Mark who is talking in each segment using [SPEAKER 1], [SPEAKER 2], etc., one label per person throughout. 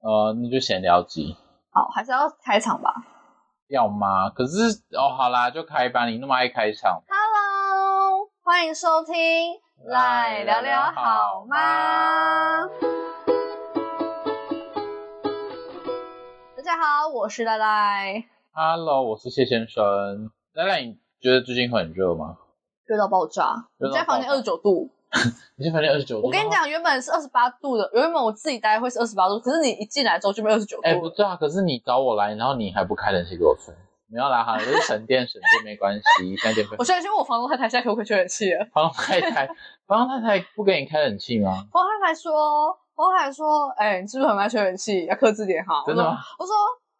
[SPEAKER 1] 呃，那就闲聊集，
[SPEAKER 2] 好，还是要开场吧。
[SPEAKER 1] 要吗？可是哦，好啦，就开吧。你那么爱开场，
[SPEAKER 2] Hello，欢迎收听，来聊聊好吗？大家好，我是赖赖，
[SPEAKER 1] ？Hello，我是谢先生。奶奶，你觉得最近很热吗？
[SPEAKER 2] 热到爆炸！
[SPEAKER 1] 热
[SPEAKER 2] 我
[SPEAKER 1] 到爆炸
[SPEAKER 2] 在房间二十九度，
[SPEAKER 1] 你现在二十九度。
[SPEAKER 2] 我跟你，讲，原本是二十八度的，原本我自己待会是二十八度，可是你一进来之后就变二十九
[SPEAKER 1] 哎、
[SPEAKER 2] 度
[SPEAKER 1] 不
[SPEAKER 2] 了。
[SPEAKER 1] 对啊。可是你找我来，然后你还不开冷气给我吹，没有啦，哈，就是省电省电没关系，省电费
[SPEAKER 2] 我。现在去问我房东太太，现在可不可以吹冷气了？
[SPEAKER 1] 房东太太，房东太太不给你开冷气吗？
[SPEAKER 2] 房东太太说，房东太太说，哎、你是不是很爱吹冷气？要克制点哈。
[SPEAKER 1] 真的吗？
[SPEAKER 2] 我说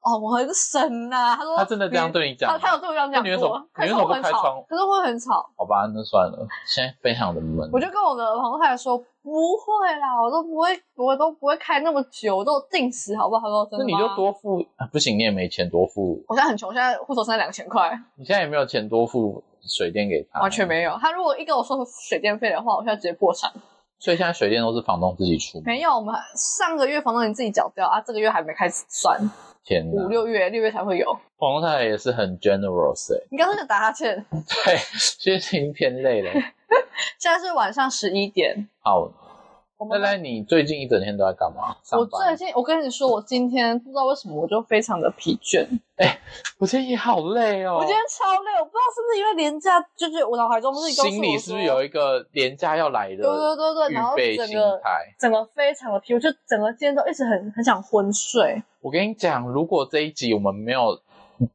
[SPEAKER 2] 哦，我很省呐、他说
[SPEAKER 1] 他真的这样
[SPEAKER 2] 你
[SPEAKER 1] 对你讲吗
[SPEAKER 2] 他他有对我这样讲
[SPEAKER 1] 那你为什么
[SPEAKER 2] 过，他
[SPEAKER 1] 你为
[SPEAKER 2] 说
[SPEAKER 1] 什么
[SPEAKER 2] 我很
[SPEAKER 1] 不开窗
[SPEAKER 2] 吵，可是会很吵。
[SPEAKER 1] 好吧，那算了，现在非常的闷。
[SPEAKER 2] 我就跟我的朋友太说不会啦，我都不会，我都不会开那么久，我都有定时好不好？他说
[SPEAKER 1] 那
[SPEAKER 2] 真的
[SPEAKER 1] 你
[SPEAKER 2] 吗
[SPEAKER 1] 就多付、啊不行，你也没钱多付，
[SPEAKER 2] 我现在很穷，现在户头剩下两千块，
[SPEAKER 1] 你现在也没有钱多付水电给他，
[SPEAKER 2] 完全。没有。他如果一跟我说水电费的话，我现在直接破产。
[SPEAKER 1] 所以现在水电都是房东自己出吗，
[SPEAKER 2] 没有，我们上个月房东你自己缴掉啊，这个月还没开始算，
[SPEAKER 1] 嗯天哪
[SPEAKER 2] 五六月六月才会有。
[SPEAKER 1] 房东太太也是很 generous 哎、
[SPEAKER 2] 你刚才就打哈欠，
[SPEAKER 1] 对， 其实已经偏累了。
[SPEAKER 2] 现在是晚上十一点，
[SPEAKER 1] 好，
[SPEAKER 2] 我们
[SPEAKER 1] 那来你最近一整天都在干嘛？上
[SPEAKER 2] 我
[SPEAKER 1] 班
[SPEAKER 2] 最近，我跟你说，我今天不知道为什么我就非常的疲倦。
[SPEAKER 1] 我今天也好累哦。
[SPEAKER 2] 我今天超累，我不知道是不是因为廉价，就是我脑海中不是告诉我
[SPEAKER 1] 心里是不是
[SPEAKER 2] 说
[SPEAKER 1] 有一个廉价要来
[SPEAKER 2] 对对
[SPEAKER 1] 的
[SPEAKER 2] 对对，
[SPEAKER 1] 预
[SPEAKER 2] 然后
[SPEAKER 1] 备
[SPEAKER 2] 整
[SPEAKER 1] 心
[SPEAKER 2] 个
[SPEAKER 1] 态？
[SPEAKER 2] 整个非常的疲，我就整个今天都一直很很想昏睡。
[SPEAKER 1] 我跟你讲，如果这一集我们没有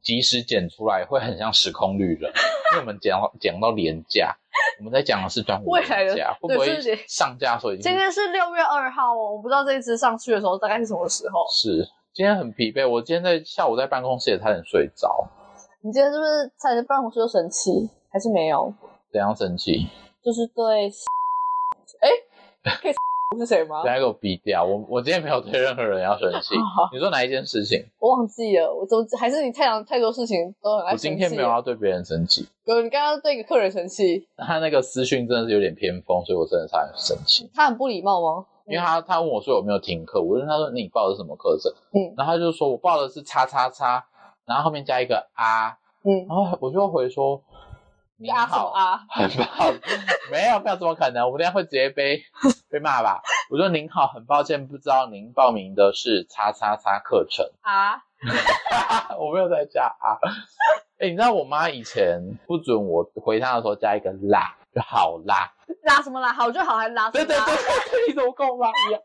[SPEAKER 1] 及时剪出来，会很像时空旅人，因为我们讲到讲到廉价，我们在讲的是端午
[SPEAKER 2] 未来的
[SPEAKER 1] 廉价，会
[SPEAKER 2] 对
[SPEAKER 1] 不
[SPEAKER 2] 就是
[SPEAKER 1] 会
[SPEAKER 2] 廉
[SPEAKER 1] 上架的时候已经
[SPEAKER 2] 今天是六月二号哦，我不知道这一支上去的时候大概是什么时候。
[SPEAKER 1] 是今天很疲惫？我今天在下午在办公室也差点睡着，
[SPEAKER 2] 你今天是不是才是办公室就生气，还是没有？
[SPEAKER 1] 怎样生气？
[SPEAKER 2] 就是对，哎，可以是 谁吗。
[SPEAKER 1] 等？下给我逼掉。我我今天没有对任何人要生气
[SPEAKER 2] 好
[SPEAKER 1] 你说哪一件事情？
[SPEAKER 2] 我忘记了，我都还是你太阳太多事情都很爱
[SPEAKER 1] 我
[SPEAKER 2] 生气。
[SPEAKER 1] 今天没有啊要对别人生气，
[SPEAKER 2] 有，你刚刚对一个客人生气，
[SPEAKER 1] 他那个私讯真的是有点偏锋，所以我真的差点生气。
[SPEAKER 2] 他很不礼貌吗？
[SPEAKER 1] 因为他他问我说有没有停课，我问他说你报的是什么课程，
[SPEAKER 2] 嗯
[SPEAKER 1] 然后他就说我报的是叉叉叉，然后后面加一个啊，
[SPEAKER 2] 嗯，
[SPEAKER 1] 然后我就回说你
[SPEAKER 2] 啊什
[SPEAKER 1] 好
[SPEAKER 2] 么啊？
[SPEAKER 1] 很抱歉，没有，没有，怎么可能？我们等一下会直接 被被骂吧？我说您好，很抱歉，不知道您报名的是叉叉叉课程，
[SPEAKER 2] 啊，
[SPEAKER 1] 我没有在加啊。哎、你知道我妈以前不准我回她的时候加一个辣，就好辣。
[SPEAKER 2] 拉什么拉？好就好，还拉什
[SPEAKER 1] 对
[SPEAKER 2] 么
[SPEAKER 1] 对
[SPEAKER 2] 拉？
[SPEAKER 1] 对对，你怎么跟我妈一样？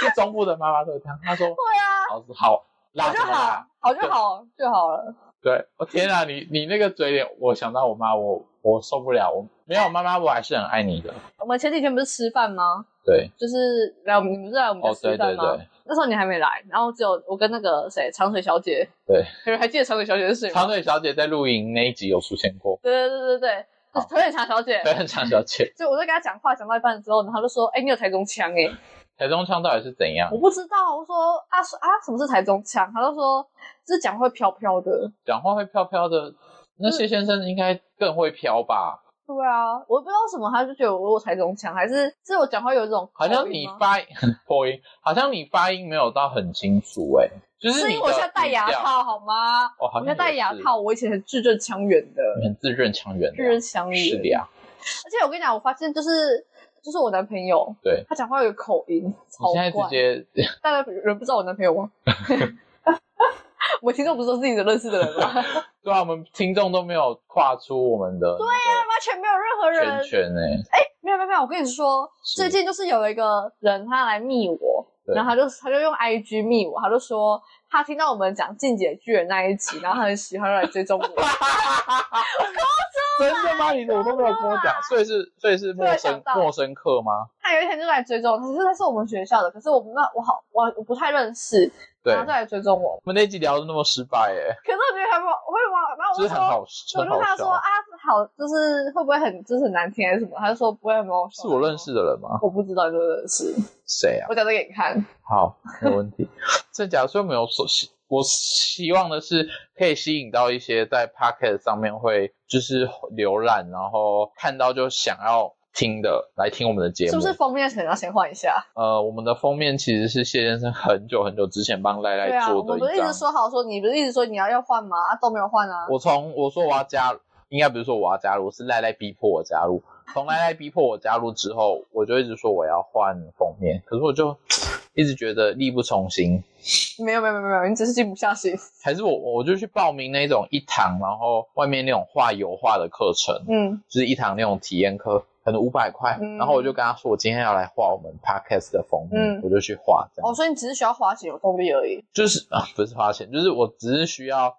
[SPEAKER 1] 就中部的妈妈都这样，她说
[SPEAKER 2] 对啊，
[SPEAKER 1] 老师好辣
[SPEAKER 2] 好就
[SPEAKER 1] 什么辣
[SPEAKER 2] 好？，好就好就好了。
[SPEAKER 1] 对，我、天啊，你你那个嘴脸，我想到我妈，我我受不了。我没有妈妈，我还是很爱你的。
[SPEAKER 2] 我们前几天不是吃饭吗？
[SPEAKER 1] 对，
[SPEAKER 2] 就是来我们你们不是来我们家
[SPEAKER 1] 哦，对对
[SPEAKER 2] 吃饭吗？
[SPEAKER 1] 对。
[SPEAKER 2] 那时候你还没来，然后只有我跟那个谁长腿小姐，
[SPEAKER 1] 对，
[SPEAKER 2] 还记得长腿小姐是谁吗？
[SPEAKER 1] 长腿小姐在露营那一集有出现过，
[SPEAKER 2] 对对对对对，
[SPEAKER 1] 好
[SPEAKER 2] 长腿长小姐。
[SPEAKER 1] 对，长小 姐，
[SPEAKER 2] 就我在跟她讲话讲到一半之后，然后她就说：“哎、你有台中腔哎、
[SPEAKER 1] 台中腔到底是怎样
[SPEAKER 2] 我？不知道。”我说：“啊说啊，什么是台中腔？”她就说：“就是讲话会飘飘的。”
[SPEAKER 1] 讲话会飘飘的，那谢先生应该更会飘吧？
[SPEAKER 2] 对啊，我不知道为什么，他就觉得我有台中腔，还是是我讲话有一种
[SPEAKER 1] 好
[SPEAKER 2] 口
[SPEAKER 1] 像
[SPEAKER 2] 音
[SPEAKER 1] 你
[SPEAKER 2] 吗
[SPEAKER 1] 发音 破音，好像你发音没有到很清楚哎、就是
[SPEAKER 2] 是
[SPEAKER 1] 你
[SPEAKER 2] 因
[SPEAKER 1] 的
[SPEAKER 2] 为我现在戴牙
[SPEAKER 1] 语调，
[SPEAKER 2] 套好吗？
[SPEAKER 1] 哦，好
[SPEAKER 2] 我
[SPEAKER 1] 像
[SPEAKER 2] 现在戴
[SPEAKER 1] 也
[SPEAKER 2] 牙
[SPEAKER 1] 是，
[SPEAKER 2] 套，我以前是字正腔圆的，
[SPEAKER 1] 你很字正腔圆
[SPEAKER 2] 字正
[SPEAKER 1] 的
[SPEAKER 2] 腔
[SPEAKER 1] 啊，
[SPEAKER 2] 圆。
[SPEAKER 1] 是的呀。
[SPEAKER 2] 而且我跟你讲，我发现就是就是我男朋友，
[SPEAKER 1] 对
[SPEAKER 2] 他讲话有口音，
[SPEAKER 1] 你
[SPEAKER 2] 超
[SPEAKER 1] 现在直
[SPEAKER 2] 怪。
[SPEAKER 1] 接，
[SPEAKER 2] 大家人不知道我男朋友吗？ 我听众不是都是自己的认识的人吗？
[SPEAKER 1] 对啊，我们听众都没有跨出我们的对呀
[SPEAKER 2] 完全没有任何人
[SPEAKER 1] 圈，圈哎、
[SPEAKER 2] 没有没有没有。我跟你说，
[SPEAKER 1] 是
[SPEAKER 2] 最近就是有一个人他来密我，
[SPEAKER 1] 对
[SPEAKER 2] 然后他就他就用 IG 密我，他就说他听到我们讲《进阶巨人》那一集，然后他很喜欢他来追踪我。
[SPEAKER 1] 真的吗？你怎么都没有跟我讲？所以是所以是
[SPEAKER 2] 突
[SPEAKER 1] 陌
[SPEAKER 2] 然想
[SPEAKER 1] 生
[SPEAKER 2] 到
[SPEAKER 1] 陌生课吗？
[SPEAKER 2] 他有一天就来追踪我，可是他是我们学校的，可是我不那我好我我不太认识，
[SPEAKER 1] 对，
[SPEAKER 2] 然后就来追踪我。
[SPEAKER 1] 我们那集聊的那么失败、欸，
[SPEAKER 2] 可是我觉得还不我会吗？然后我
[SPEAKER 1] 就是
[SPEAKER 2] 就
[SPEAKER 1] 很
[SPEAKER 2] 说。
[SPEAKER 1] 好，
[SPEAKER 2] 我
[SPEAKER 1] 很
[SPEAKER 2] 就
[SPEAKER 1] 好
[SPEAKER 2] 跟他
[SPEAKER 1] 笑
[SPEAKER 2] 说。啊，好，就是会不会很就是很难听还是什么？他就说不会很好笑。
[SPEAKER 1] 是我认，识的人吗？
[SPEAKER 2] 我不知道你认不认识，
[SPEAKER 1] 谁啊？
[SPEAKER 2] 我讲这给你看。
[SPEAKER 1] 好，没问 题。这假设没有所希，我希望的是可以吸引到一些在 Pocket 上面会就是浏览，然后看到就想要听的来听我们的节目，
[SPEAKER 2] 是不是封面可能要先换一下？
[SPEAKER 1] 呃，我们的封面其实是谢先生很久很久之前帮赖
[SPEAKER 2] 对
[SPEAKER 1] 赖
[SPEAKER 2] 啊，
[SPEAKER 1] 做
[SPEAKER 2] 我
[SPEAKER 1] 的
[SPEAKER 2] 们不是
[SPEAKER 1] 一
[SPEAKER 2] 一
[SPEAKER 1] 张。
[SPEAKER 2] 直说好说，你不是一直说你要要换吗？啊都没有换啊。
[SPEAKER 1] 我从我说我要加，应该不是说我要加入，是赖赖逼迫我加入。从赖赖逼迫我加入之后，我就一直说我要换封面，可是我就一直觉得力不从心，
[SPEAKER 2] 没有没有没有没有，你只是静不下心。
[SPEAKER 1] 还是我我就去报名那种一堂，然后外面那种画油画的课程，
[SPEAKER 2] 嗯，
[SPEAKER 1] 就是一堂那种体验课，可能五百块。
[SPEAKER 2] 嗯
[SPEAKER 1] 然后我就跟他说，我今天要来画我们 podcast 的封面，
[SPEAKER 2] 嗯
[SPEAKER 1] 我就去画这样。
[SPEAKER 2] 哦，所以你只是需要花钱有动力而已。
[SPEAKER 1] 就是啊，不是花钱，就是我只是需要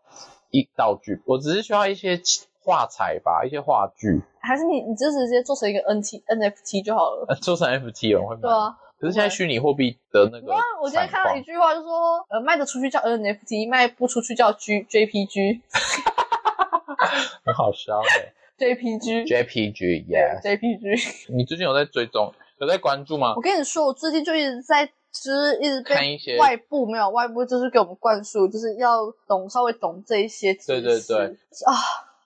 [SPEAKER 1] 一道具，我只是需要一些画材吧，一些画具，
[SPEAKER 2] 还是你你就直接做成一个 N T N F T 就好 了。
[SPEAKER 1] 呃做成 FT 有人会买。
[SPEAKER 2] 对啊，
[SPEAKER 1] 可是现在虚拟货币的那个
[SPEAKER 2] 哇，我今天看到一
[SPEAKER 1] 产
[SPEAKER 2] 句话就说，呃，卖得出去叫 N F T，卖不出去叫 G J P G
[SPEAKER 1] 况很好笑哎
[SPEAKER 2] J P G
[SPEAKER 1] ，JPG yes，
[SPEAKER 2] J P G。
[SPEAKER 1] 你最近有在追踪，有在关注吗
[SPEAKER 2] 我？跟你说，我最近就一直在，就是一直
[SPEAKER 1] 看
[SPEAKER 2] 被
[SPEAKER 1] 一些
[SPEAKER 2] 外部没有外部，就是给我们灌输，就是要懂稍微懂这一些知识。
[SPEAKER 1] 对对对
[SPEAKER 2] 啊，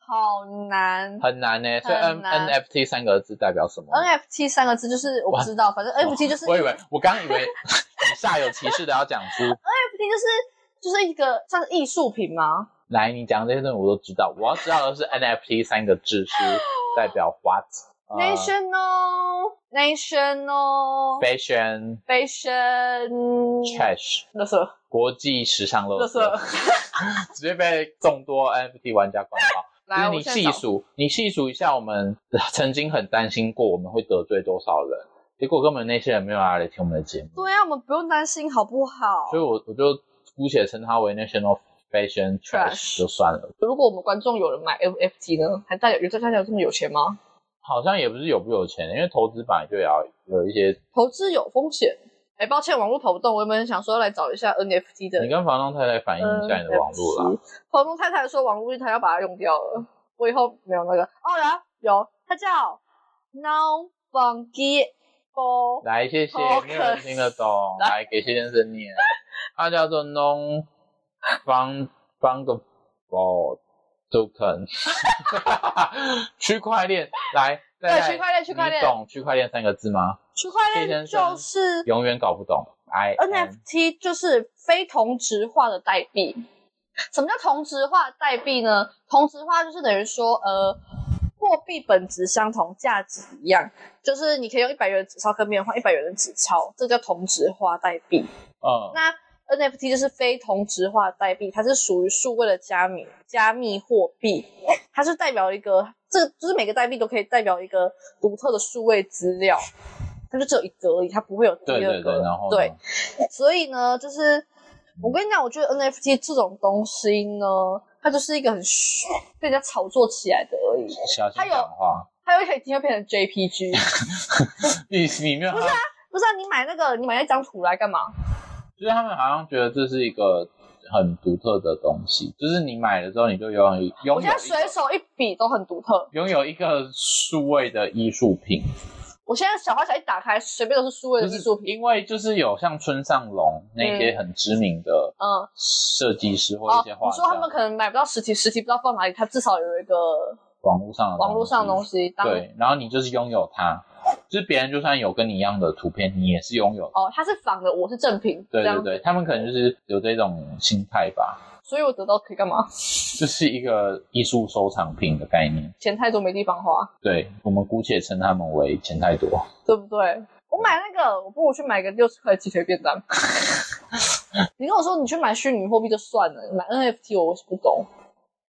[SPEAKER 2] 好难。
[SPEAKER 1] 很难呢、所以 N
[SPEAKER 2] 很难
[SPEAKER 1] NFT 三个字代表什么？
[SPEAKER 2] NFT 三个字就是我不知道，反正 NFT 就是
[SPEAKER 1] 我以为我刚以为你煞有其事的要讲出
[SPEAKER 2] NFT 就是就是一个像是艺术品吗？
[SPEAKER 1] 来，你讲这些东西我都知道。我要知道的是 NFT 三个字是代表 what？呃
[SPEAKER 2] National National
[SPEAKER 1] fashion
[SPEAKER 2] Fashion
[SPEAKER 1] trash
[SPEAKER 2] 乐色
[SPEAKER 1] 国际时尚乐
[SPEAKER 2] 乐
[SPEAKER 1] 色，
[SPEAKER 2] 色，
[SPEAKER 1] 直接被众多 NFT 玩家灌爆。
[SPEAKER 2] 来，
[SPEAKER 1] 就是你
[SPEAKER 2] 我现在
[SPEAKER 1] 细
[SPEAKER 2] 找
[SPEAKER 1] 数，你细数一下，我们曾经很担心过我们会得罪多少人，结果根本那些人没有来听我们的节目，
[SPEAKER 2] 对啊，我们不用担心好不好
[SPEAKER 1] 所？以我我就姑且称它为 national fashion trash
[SPEAKER 2] Trash
[SPEAKER 1] 就算了。
[SPEAKER 2] 如果我们观众有人买 NFT 呢，还大家有这大家有这么有钱吗？
[SPEAKER 1] 好像也不是有不有钱，因为投资本来就要有一些。
[SPEAKER 2] 投资有风险。哎，抱歉，网络跑不动，我原本想说要来找一下 NFT 的
[SPEAKER 1] 你跟房东太太反映一下你的网络啦。
[SPEAKER 2] 嗯。房东太太说网络她要把它用掉了，我以后没有那个。哦，然后有，它叫 No Funky Bo，
[SPEAKER 1] 来，谢谢，
[SPEAKER 2] 好
[SPEAKER 1] 没有人
[SPEAKER 2] 可
[SPEAKER 1] 听得 懂。
[SPEAKER 2] 来
[SPEAKER 1] 来，给谢先生念，它叫做 Non Fun Fungible Token，区块链。来，再来
[SPEAKER 2] 区块链区块链
[SPEAKER 1] 你懂区块链三个字吗？
[SPEAKER 2] 区块
[SPEAKER 1] 谢先
[SPEAKER 2] 链
[SPEAKER 1] 生
[SPEAKER 2] 就是
[SPEAKER 1] 永远搞不懂。I am
[SPEAKER 2] NFT 就是非同质化的代币。什么叫同质化代币呢？同质化就是等于说，呃，货币本质相同，价值一样，就是你可以用一百元的纸钞跟别人换一百元的纸钞，这叫同质化代币。
[SPEAKER 1] 嗯，
[SPEAKER 2] 那 NFT 就是非同质化代币，它是属于数位的加密加密货币，它是代表一个，这就是每个代币都可以代表一个独特的数位资料，它就只有一个而已，它不会有第
[SPEAKER 1] 对
[SPEAKER 2] 二
[SPEAKER 1] 对
[SPEAKER 2] 个。
[SPEAKER 1] 对，然后呢
[SPEAKER 2] 对，所以呢，就是我跟你讲，我觉得 NFT 这种东西呢，它就是一个很虚被人家炒作起来的而已。
[SPEAKER 1] 小心
[SPEAKER 2] 它有
[SPEAKER 1] 讲话。
[SPEAKER 2] 它有一天会变成 JPG，
[SPEAKER 1] 你里面好像
[SPEAKER 2] 不是啊？你买那个，你买那张图来干嘛？
[SPEAKER 1] 就是他们好像觉得这是一个很独特的东西，就是你买了之后你就拥有一拥有
[SPEAKER 2] 我现在
[SPEAKER 1] 一
[SPEAKER 2] 随
[SPEAKER 1] 个
[SPEAKER 2] 手一比都很独特。
[SPEAKER 1] 拥有一个数位的艺术品。
[SPEAKER 2] 我现在小花小一打开，随便都是数位的
[SPEAKER 1] 就是
[SPEAKER 2] 艺术品。
[SPEAKER 1] 因为就是有像村上隆那些很知名的
[SPEAKER 2] 嗯，
[SPEAKER 1] 设计师或
[SPEAKER 2] 哦，
[SPEAKER 1] 一些画
[SPEAKER 2] 你
[SPEAKER 1] 家，
[SPEAKER 2] 说他们可能买不到实体，实体不知道放哪里，它至少有一个
[SPEAKER 1] 网络上的
[SPEAKER 2] 网络上的东
[SPEAKER 1] 西，
[SPEAKER 2] 西。
[SPEAKER 1] 嗯
[SPEAKER 2] 当
[SPEAKER 1] 对，然后你就是拥有它，就是别人就算有跟你一样的图片，你也是拥有。
[SPEAKER 2] 哦，它是仿的，我是正品，
[SPEAKER 1] 对
[SPEAKER 2] 这
[SPEAKER 1] 对
[SPEAKER 2] 样，
[SPEAKER 1] 对，他们可能就是有这种心态吧，
[SPEAKER 2] 所以我得到可以干嘛？
[SPEAKER 1] 就是一个艺术收藏品的概念。
[SPEAKER 2] 钱太多没地方花。
[SPEAKER 1] 对我们姑且称他们为钱太多。
[SPEAKER 2] 对不对？我买那个，我不如去买个六十块的鸡腿便当。 你跟我说你去买虚拟货币就算了，买 NFT 我是不懂。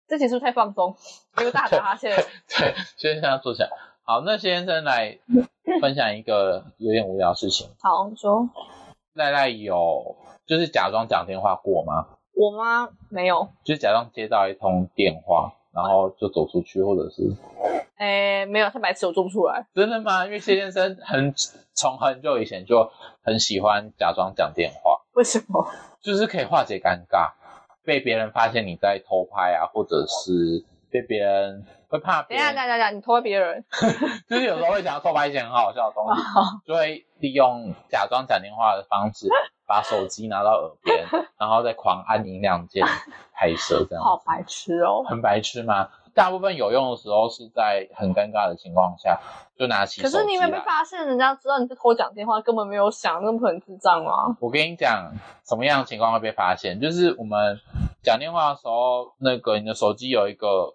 [SPEAKER 2] 这节是不是太放松？一个大打哈欠。
[SPEAKER 1] 对，先生要坐下。好，那先生来分享一个有点无聊的事情。
[SPEAKER 2] 好，你说
[SPEAKER 1] 赖赖有就是假装讲电话过吗？
[SPEAKER 2] 我妈没有，
[SPEAKER 1] 就是假装接到一通电话，然后就走出去，或者是
[SPEAKER 2] 哎，没有，太白痴，我做不出来。
[SPEAKER 1] 真的吗？因为谢先生很从很久以前就很喜欢假装讲电话，
[SPEAKER 2] 为什么？
[SPEAKER 1] 就是可以化解尴尬，被别人发现你在偷拍啊，或者是被别人会怕
[SPEAKER 2] 等
[SPEAKER 1] 别
[SPEAKER 2] 一下，等
[SPEAKER 1] 人，
[SPEAKER 2] 一下，等一下，你偷拍别人？
[SPEAKER 1] 就是有时候会想要偷拍一些很好笑的东西，
[SPEAKER 2] 哦
[SPEAKER 1] 就会利用假装讲电话的方式，把手机拿到耳边，然后再狂按音量键拍摄，这样
[SPEAKER 2] 好白痴哦！
[SPEAKER 1] 很白痴吗？大部分有用的时候是在很尴尬的情况下就拿起手
[SPEAKER 2] 可
[SPEAKER 1] 机啊
[SPEAKER 2] 是你有没有被
[SPEAKER 1] 来
[SPEAKER 2] 发现人家知道你是偷讲电话，根本没有想，那不很智障吗？
[SPEAKER 1] 我跟你讲，什么样的情况会被发现？就是我们讲电话的时候，那个你的手机有一个，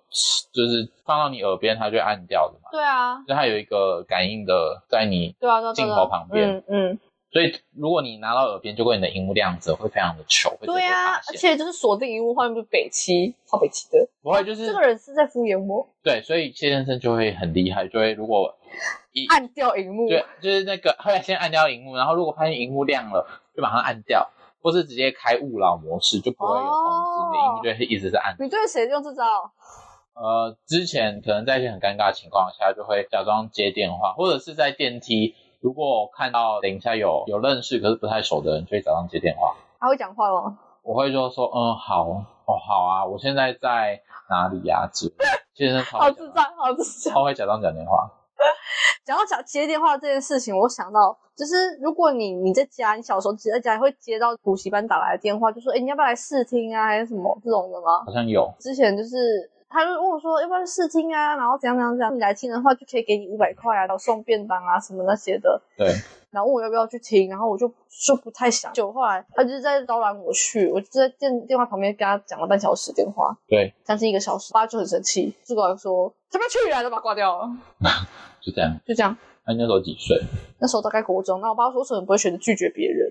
[SPEAKER 1] 就是放到你耳边，它就会按掉的嘛，
[SPEAKER 2] 对啊，
[SPEAKER 1] 就它有一个感应的，在你，
[SPEAKER 2] 对啊，对啊，对啊
[SPEAKER 1] 镜头旁边，
[SPEAKER 2] 嗯嗯，
[SPEAKER 1] 所以如果你拿到耳边，就跟你的荧幕亮着，会非常的糗，会直接
[SPEAKER 2] 对
[SPEAKER 1] 被
[SPEAKER 2] 啊
[SPEAKER 1] 发，
[SPEAKER 2] 而
[SPEAKER 1] 现。
[SPEAKER 2] 且就是锁定一物，后面不是北七，超北七的，
[SPEAKER 1] 不会就是
[SPEAKER 2] 这个人是在敷衍我，
[SPEAKER 1] 对，所以谢先生就会很厉害，就会如果一
[SPEAKER 2] 按掉荧幕，
[SPEAKER 1] 对，就是那个后来先按掉荧幕，然后如果发现荧幕亮了，就马上按掉，或是直接开勿扰模式，就不会有通知，你的荧
[SPEAKER 2] 哦
[SPEAKER 1] 幕就会一直是按
[SPEAKER 2] 你对谁用这招？
[SPEAKER 1] 呃，之前可能在一些很尴尬的情况下，就会假装接电话，或者是在电梯，如果看到等一下有有认识可是不太熟的人，就会假装接电话。
[SPEAKER 2] 他会讲话吗？
[SPEAKER 1] 我会就说，嗯，好，哦，好啊，我现在在哪里呀、啊？之类的先生超
[SPEAKER 2] 好
[SPEAKER 1] 会
[SPEAKER 2] 智
[SPEAKER 1] 假
[SPEAKER 2] 障，好智障。
[SPEAKER 1] 超会假装讲电话。
[SPEAKER 2] 讲到讲接电话这件事情，我想到就是如果你你在家，你小时候只在家你会接到补习班打来的电话，就说哎、诶你要不要来试听啊，还是什么这种的吗？
[SPEAKER 1] 好像有，
[SPEAKER 2] 之前就是他就问我说要不要试听啊，然后怎样怎样怎样，你来听的话就可以给你五百块啊，然后送便当啊什么那些的，
[SPEAKER 1] 对，
[SPEAKER 2] 然后问我要不要去听，然后我就就不太想，就后来他就是在招揽我去，我就在电电话旁边跟他讲了半小时电话，
[SPEAKER 1] 对，
[SPEAKER 2] 将近一个小时，爸就很生气，就跟我说要不要去啊，就把他挂掉了，
[SPEAKER 1] 就这样。
[SPEAKER 2] 就这样。
[SPEAKER 1] 那你那时候几岁？
[SPEAKER 2] 那时候大概国中，那我爸说为什么不会选择拒绝别人？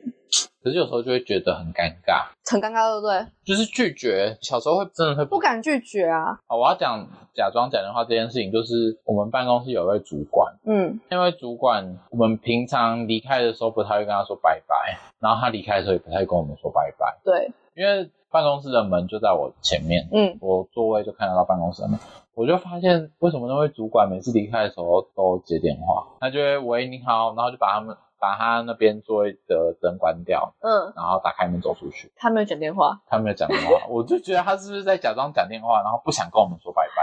[SPEAKER 1] 可是有时候就会觉得很尴尬，
[SPEAKER 2] 很尴尬，对不对？
[SPEAKER 1] 就是拒绝。小时候会真的会
[SPEAKER 2] 不敢拒绝啊，
[SPEAKER 1] 啊，我要讲假装讲电话这件事情，就是我们办公室有一位主管。
[SPEAKER 2] 嗯，
[SPEAKER 1] 那位主管，我们平常离开的时候不太会跟他说拜拜，然后他离开的时候也不太跟我们说拜拜，
[SPEAKER 2] 对，
[SPEAKER 1] 因为办公室的门就在我前面，
[SPEAKER 2] 嗯，
[SPEAKER 1] 我座位就看得到办公室的门。我就发现为什么那位主管每次离开的时候都接电话，他就会喂你好，然后就把他们把他那边座位的灯关掉，
[SPEAKER 2] 嗯，
[SPEAKER 1] 然后打开门走出去。
[SPEAKER 2] 他没有讲电话，
[SPEAKER 1] 他没有讲电话， 我就觉得他是不是在假装讲电话，然后不想跟我们说拜拜？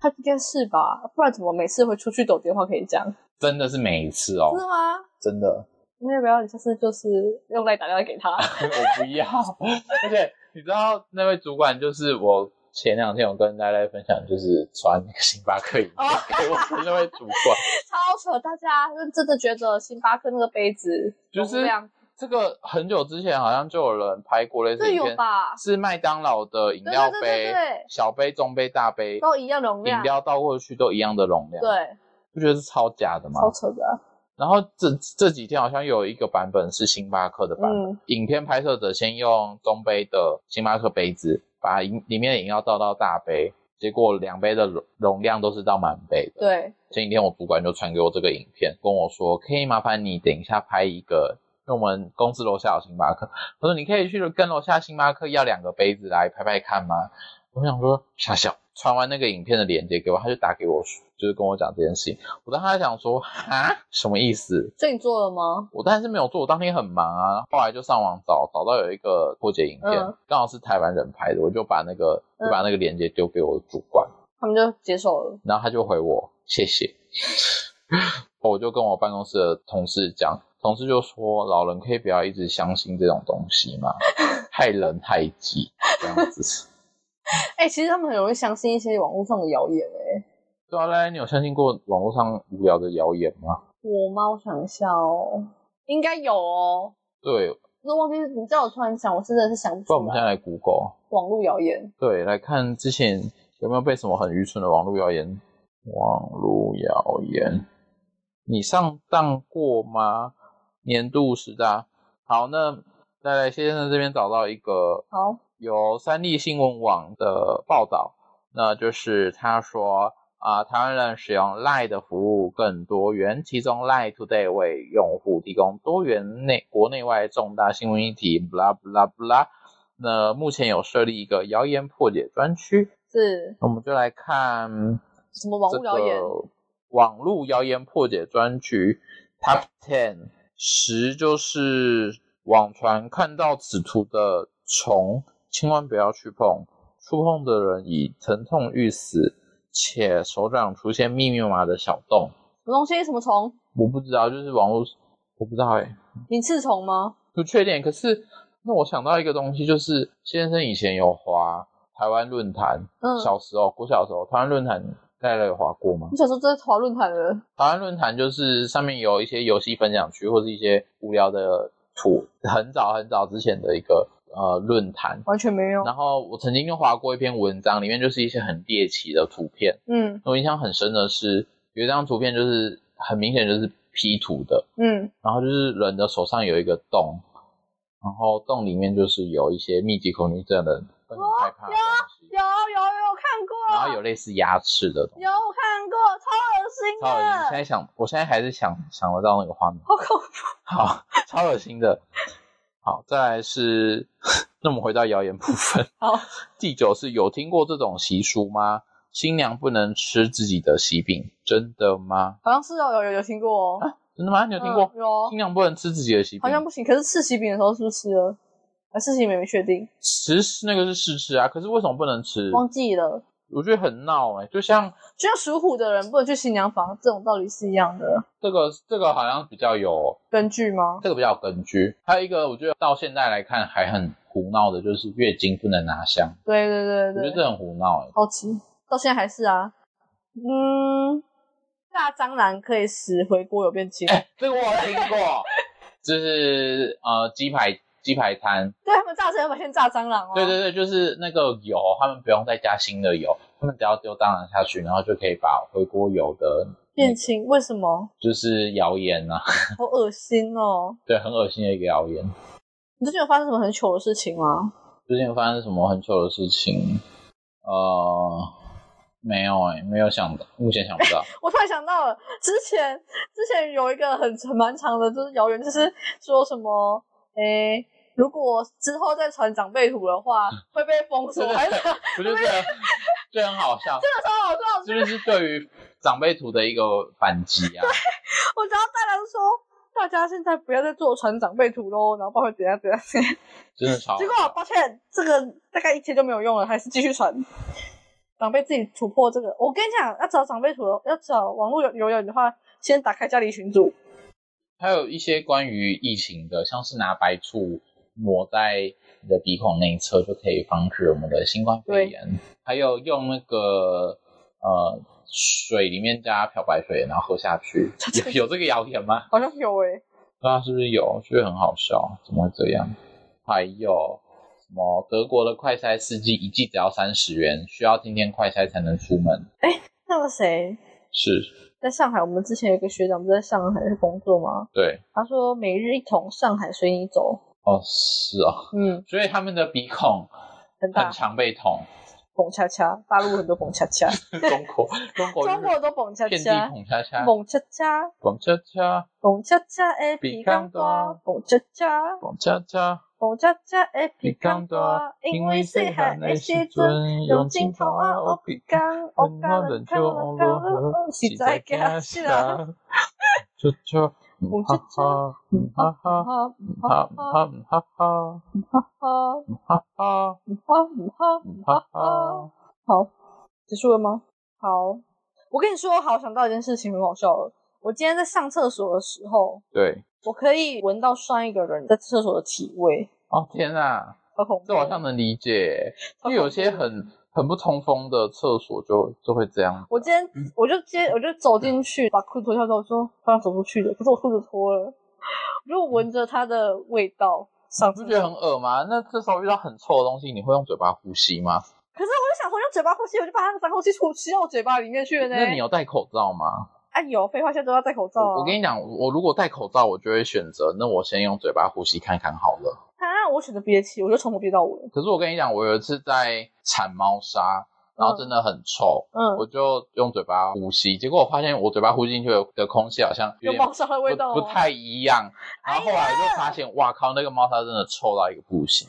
[SPEAKER 2] 他应该是吧？不然怎么每次会出去抖电话可以讲？
[SPEAKER 1] 真的是每一次哦，
[SPEAKER 2] 是吗？
[SPEAKER 1] 真的。
[SPEAKER 2] 那要不要你下次就是用来打电话给他？
[SPEAKER 1] 我不要。而且你知道那位主管就是我前两天有跟大家分享，就是传那个星巴克饮料
[SPEAKER 2] 哦
[SPEAKER 1] 给我的那位主管，
[SPEAKER 2] 超扯！大家就真的觉得星巴克那个杯子
[SPEAKER 1] 就是
[SPEAKER 2] 容量
[SPEAKER 1] 这个很久之前好像就有人拍过类似
[SPEAKER 2] 这
[SPEAKER 1] 影
[SPEAKER 2] 有
[SPEAKER 1] 片，
[SPEAKER 2] 吧？
[SPEAKER 1] 是麦当劳的饮料杯，
[SPEAKER 2] 对对对对对
[SPEAKER 1] 小杯、中杯、大杯，
[SPEAKER 2] 都一样容量
[SPEAKER 1] 饮，料倒过去都一样的容量，，
[SPEAKER 2] 对，
[SPEAKER 1] 不觉得是超假的吗？
[SPEAKER 2] 超扯的。
[SPEAKER 1] 然后这这几天好像有一个版本是星巴克的版本，
[SPEAKER 2] 嗯
[SPEAKER 1] 影片拍摄者先用中杯的星巴克杯子把饮里面的饮料倒到大杯，结果两杯的容容量都是到满杯的。
[SPEAKER 2] 对，
[SPEAKER 1] 前几天我主管就传给我这个影片，跟我说可以麻烦你等一下拍一个，因为我们公司楼下有星巴克，我说你可以去跟楼下星巴克要两个杯子来拍拍看吗？我想说傻笑，传完那个影片的链接给我，他就打给我，就是跟我讲这件事情。我当时还想说哈什么意思？
[SPEAKER 2] 所以你做了吗？
[SPEAKER 1] 我当然是没有做，我当天很忙啊。后来就上网找，找到有一个破解影片，
[SPEAKER 2] 嗯
[SPEAKER 1] 刚好是台湾人拍的，我就把那个、
[SPEAKER 2] 嗯
[SPEAKER 1] 就把那个链接丢给我主管，
[SPEAKER 2] 他们就接受了。
[SPEAKER 1] 然后他就回我谢谢。我就跟我办公室的同事讲，同事就说老人可以不要一直相信这种东西嘛，害人害己这样子。
[SPEAKER 2] 哎、其实他们很容易相信一些网络上的谣言、哎，
[SPEAKER 1] 对啊，来，你有相信过网络上无聊的谣言吗？
[SPEAKER 2] 我吗？我想一下哦，应该有哦。
[SPEAKER 1] 对，
[SPEAKER 2] 我忘记，你知道我突然想，我真的是想不
[SPEAKER 1] 不然我
[SPEAKER 2] 出
[SPEAKER 1] 们现在
[SPEAKER 2] 来。
[SPEAKER 1] 来 Google，
[SPEAKER 2] 网络谣言，
[SPEAKER 1] 对，来看之前有没有被什么很愚蠢的网络谣言？网络谣言，你上当过吗？年度十大。好，那来来先生这边找到一个
[SPEAKER 2] 好，
[SPEAKER 1] 有三立新闻网的报道，那就是他说啊、台湾人使用 Line 的服务更多元，其中 Line Today 为用户提供多元内国内外重大新闻议题，blah blah blah。那目前有设立一个谣言破解专区，
[SPEAKER 2] 是
[SPEAKER 1] 我们就来看
[SPEAKER 2] 什么网
[SPEAKER 1] 这
[SPEAKER 2] 络谣言？
[SPEAKER 1] 个网络谣言破解专区 Top Ten 十就是网传看到此图的虫，千万不要去碰，触碰的人已疼痛欲死，且手掌出现密密麻麻的小洞。
[SPEAKER 2] 什么东西？什么虫？
[SPEAKER 1] 我不知道，就是网络，我不知道哎、
[SPEAKER 2] 你刺虫吗？
[SPEAKER 1] 不确定。可是那我想到一个东西，就是先生以前有滑台台湾论坛，
[SPEAKER 2] 嗯，
[SPEAKER 1] 小时候，国小的时候，台湾论坛大家有滑过吗
[SPEAKER 2] 你？小时候真的讨论坛了，
[SPEAKER 1] 台湾论坛就是上面有一些游戏分享区，或是一些无聊的图，很早很早之前的一个呃论坛。
[SPEAKER 2] 完全没用。
[SPEAKER 1] 然后我曾经就划过一篇文章，里面就是一些很猎奇的图片。
[SPEAKER 2] 嗯
[SPEAKER 1] 我印象很深的是，有一张图片就是很明显就是 P 图的，
[SPEAKER 2] 嗯
[SPEAKER 1] 然后就是人的手上有一个洞，然后洞里面就是有一些密集恐惧症的人会很害怕的东西，
[SPEAKER 2] 有有有看
[SPEAKER 1] 然后
[SPEAKER 2] 过，
[SPEAKER 1] 有类似牙齿的东西。
[SPEAKER 2] 有我看过，超
[SPEAKER 1] 超恶心！
[SPEAKER 2] 恶
[SPEAKER 1] 现
[SPEAKER 2] 心的，
[SPEAKER 1] 在想，我现在还是想想得到那个画面。
[SPEAKER 2] 好恐怖。
[SPEAKER 1] 好，超恶心的。好，再来是， 那我们回到谣言部分。
[SPEAKER 2] 好，
[SPEAKER 1] 第九是有听过这种习俗吗？新娘不能吃自己的喜饼，真的吗？
[SPEAKER 2] 好像是哦，有有有听过哦，
[SPEAKER 1] 真的吗？你有听过？
[SPEAKER 2] 嗯有哦
[SPEAKER 1] 新娘不能吃自己的喜饼，
[SPEAKER 2] 好像不行。可是吃喜饼的时候是不是吃了？啊，吃喜饼没确定，
[SPEAKER 1] 其实那个是试吃啊，可是为什么不能吃？
[SPEAKER 2] 忘记了。
[SPEAKER 1] 我觉得很闹哎、就像
[SPEAKER 2] 就像属虎的人不能去新娘房，这种道理是一样的
[SPEAKER 1] 这个这个好像比较有
[SPEAKER 2] 根据吗？
[SPEAKER 1] 这个比较有根据。还有一个，我觉得到现在来看还很胡闹的，就是月经不能拿香，
[SPEAKER 2] 对对
[SPEAKER 1] 我觉
[SPEAKER 2] 对
[SPEAKER 1] 得
[SPEAKER 2] 对，
[SPEAKER 1] 这很胡闹哎、
[SPEAKER 2] 好奇，到现在还是啊。嗯，大蟑螂可以使回锅有变轻，
[SPEAKER 1] 哎、这个我有听过， 就是呃鸡排鸡排摊，
[SPEAKER 2] 对他们炸成有先炸蟑螂哦。
[SPEAKER 1] 对对对，就是那个油，他们不用再加新的油，他们只要丢蟑螂下去，然后就可以把回锅油的，
[SPEAKER 2] 变轻，为什么？
[SPEAKER 1] 就是谣言啊，
[SPEAKER 2] 好恶心哦！
[SPEAKER 1] 对，很恶心的一个谣言。
[SPEAKER 2] 你最近有发生什么很糗的事情吗？
[SPEAKER 1] 最近有发生什么很糗的事情？呃，没有哎、没有想到，目前想不到。
[SPEAKER 2] 我突然想到了，之前之前有一个很蛮长的，就是谣言，就是说什么，诶、如果之后再传长辈图的话，会被封锁，
[SPEAKER 1] 嗯对对对
[SPEAKER 2] 还是这个
[SPEAKER 1] 我觉得这个这很好笑，
[SPEAKER 2] 超好笑。
[SPEAKER 1] 这就是对于长辈图的一个反击啊。
[SPEAKER 2] 我只要大家都说，大家现在不要再做传长辈图喽，然后包括怎样怎样怎样。
[SPEAKER 1] 真的超好
[SPEAKER 2] 结果抱歉，这个大概一天就没有用了，还是继续传。长辈自己突破这个，我跟你讲，要找长辈图，要找网络有有友的话，先打开家里群组。
[SPEAKER 1] 还有一些关于疫情的，像是拿白醋抹在你的鼻孔内侧，就可以防止我们的新冠肺炎。还有用那个呃水里面加漂白水，然后喝下 去，有有这个谣言吗？
[SPEAKER 2] 好像有诶、
[SPEAKER 1] 对啊，是不是有？觉得很好笑，怎么会这样？还有什么德国的快筛试剂一剂只要三十元，需要今天快筛才能出门。
[SPEAKER 2] 那个谁，
[SPEAKER 1] 是，
[SPEAKER 2] 在上海，我们之前有一个学长不是在上海工作吗？
[SPEAKER 1] 对，
[SPEAKER 2] 他说每日一桶上海随你走，
[SPEAKER 1] 哦，是哦，
[SPEAKER 2] 嗯，
[SPEAKER 1] 所以他们的鼻孔
[SPEAKER 2] 很大
[SPEAKER 1] 很，常被捅。
[SPEAKER 2] 蹦恰恰，大陆很多蹦恰恰，
[SPEAKER 1] 中国，中国，
[SPEAKER 2] 中国都蹦恰
[SPEAKER 1] 遍地
[SPEAKER 2] 恰，
[SPEAKER 1] 捧恰恰，
[SPEAKER 2] 蹦恰恰，
[SPEAKER 1] 捧恰恰，
[SPEAKER 2] 蹦恰恰，哎，皮
[SPEAKER 1] 康
[SPEAKER 2] 康
[SPEAKER 1] 多
[SPEAKER 2] 多，蹦恰恰。
[SPEAKER 1] 捧恰恰，
[SPEAKER 2] 我只只会
[SPEAKER 1] 鼻
[SPEAKER 2] 鼻
[SPEAKER 1] 腔
[SPEAKER 2] 腔
[SPEAKER 1] 大
[SPEAKER 2] 大，
[SPEAKER 1] 因
[SPEAKER 2] 因
[SPEAKER 1] 为
[SPEAKER 2] 为
[SPEAKER 1] 细
[SPEAKER 2] 细
[SPEAKER 1] 汉
[SPEAKER 2] 汉
[SPEAKER 1] 的
[SPEAKER 2] 的
[SPEAKER 1] 时
[SPEAKER 2] 时
[SPEAKER 1] 阵
[SPEAKER 2] 阵
[SPEAKER 1] 用
[SPEAKER 2] 用
[SPEAKER 1] 镜
[SPEAKER 2] 镜
[SPEAKER 1] 头
[SPEAKER 2] 头
[SPEAKER 1] 啊
[SPEAKER 2] 啊
[SPEAKER 1] 学
[SPEAKER 2] 学
[SPEAKER 1] 鼻
[SPEAKER 2] 鼻
[SPEAKER 1] 腔
[SPEAKER 2] 腔，
[SPEAKER 1] 温
[SPEAKER 2] 学
[SPEAKER 1] 暖
[SPEAKER 2] 到
[SPEAKER 1] 人
[SPEAKER 2] 人
[SPEAKER 1] 就
[SPEAKER 2] 就
[SPEAKER 1] 我
[SPEAKER 2] 我
[SPEAKER 1] 落
[SPEAKER 2] 落
[SPEAKER 1] 实
[SPEAKER 2] 实
[SPEAKER 1] 哦在
[SPEAKER 2] 在
[SPEAKER 1] 假
[SPEAKER 2] 假
[SPEAKER 1] 死
[SPEAKER 2] 死
[SPEAKER 1] 啦
[SPEAKER 2] 啦。
[SPEAKER 1] 恰恰，嗯哈哈，嗯哈哈，
[SPEAKER 2] 哈
[SPEAKER 1] 嗯哈哈，嗯哈哈，嗯哈哈，
[SPEAKER 2] 哈哈哈
[SPEAKER 1] 嗯哈
[SPEAKER 2] 哈
[SPEAKER 1] 哈
[SPEAKER 2] 哈。。好，结束了吗？好，我跟你说，好想到一件事情，很好笑了。我今天在上厕所的时候，
[SPEAKER 1] 对，
[SPEAKER 2] 我可以闻到上一个人在厕所的体味，
[SPEAKER 1] 哦天啊，
[SPEAKER 2] 好恐怖。
[SPEAKER 1] 这我好像能理解，因为有些很很不通风的厕所就就会这样。
[SPEAKER 2] 我今天
[SPEAKER 1] 嗯
[SPEAKER 2] 我就接我就走进去，把裤子脱下之后说他要走出去的，可是我裤子脱了，我就闻着它的味道上
[SPEAKER 1] 你
[SPEAKER 2] 次
[SPEAKER 1] 不觉得很恶吗？那这时候遇到很臭的东西，你会用嘴巴呼吸吗？
[SPEAKER 2] 可是我就想说用嘴巴呼吸，我就把它的脏空气吐吸到我嘴巴里面去了呢。
[SPEAKER 1] 那你有戴口罩吗？
[SPEAKER 2] 哎有废话，现在都要戴口罩、啊
[SPEAKER 1] 我我跟你讲，我如果戴口罩，我就会选择那我先用嘴巴呼吸看看好了。
[SPEAKER 2] 啊，我选择憋气，我就从头憋到尾。
[SPEAKER 1] 可是我跟你讲，我有一次在铲猫砂，然后真的很臭，
[SPEAKER 2] 嗯，
[SPEAKER 1] 我就用嘴巴呼吸，结果我发现我嘴巴呼进去的空气好像有
[SPEAKER 2] 有
[SPEAKER 1] 点
[SPEAKER 2] 猫砂的味道、哦哎
[SPEAKER 1] 不不太一样。然后后来就发现，哇靠，那个猫砂真的臭到一个不行。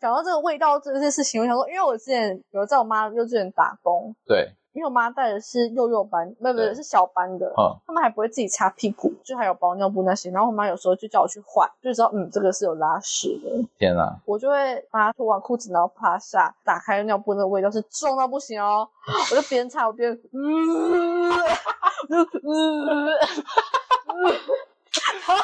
[SPEAKER 2] 讲到这个味道这件事情，我想说，因为我之前有在我妈幼稚园打工，
[SPEAKER 1] 对，
[SPEAKER 2] 因为我妈带的是幼幼班，不不
[SPEAKER 1] 对
[SPEAKER 2] 是小班的，
[SPEAKER 1] 嗯，
[SPEAKER 2] 他们还不会自己擦屁股，就还有包尿布那些。然后我妈有时候就叫我去换，就知道嗯这个是有拉屎的，
[SPEAKER 1] 天哪，
[SPEAKER 2] 我就会把它脱完裤子，然后趴下，打开尿布，那个味道是重到不行哦，我就边擦我边，嗯，我就嗯，然后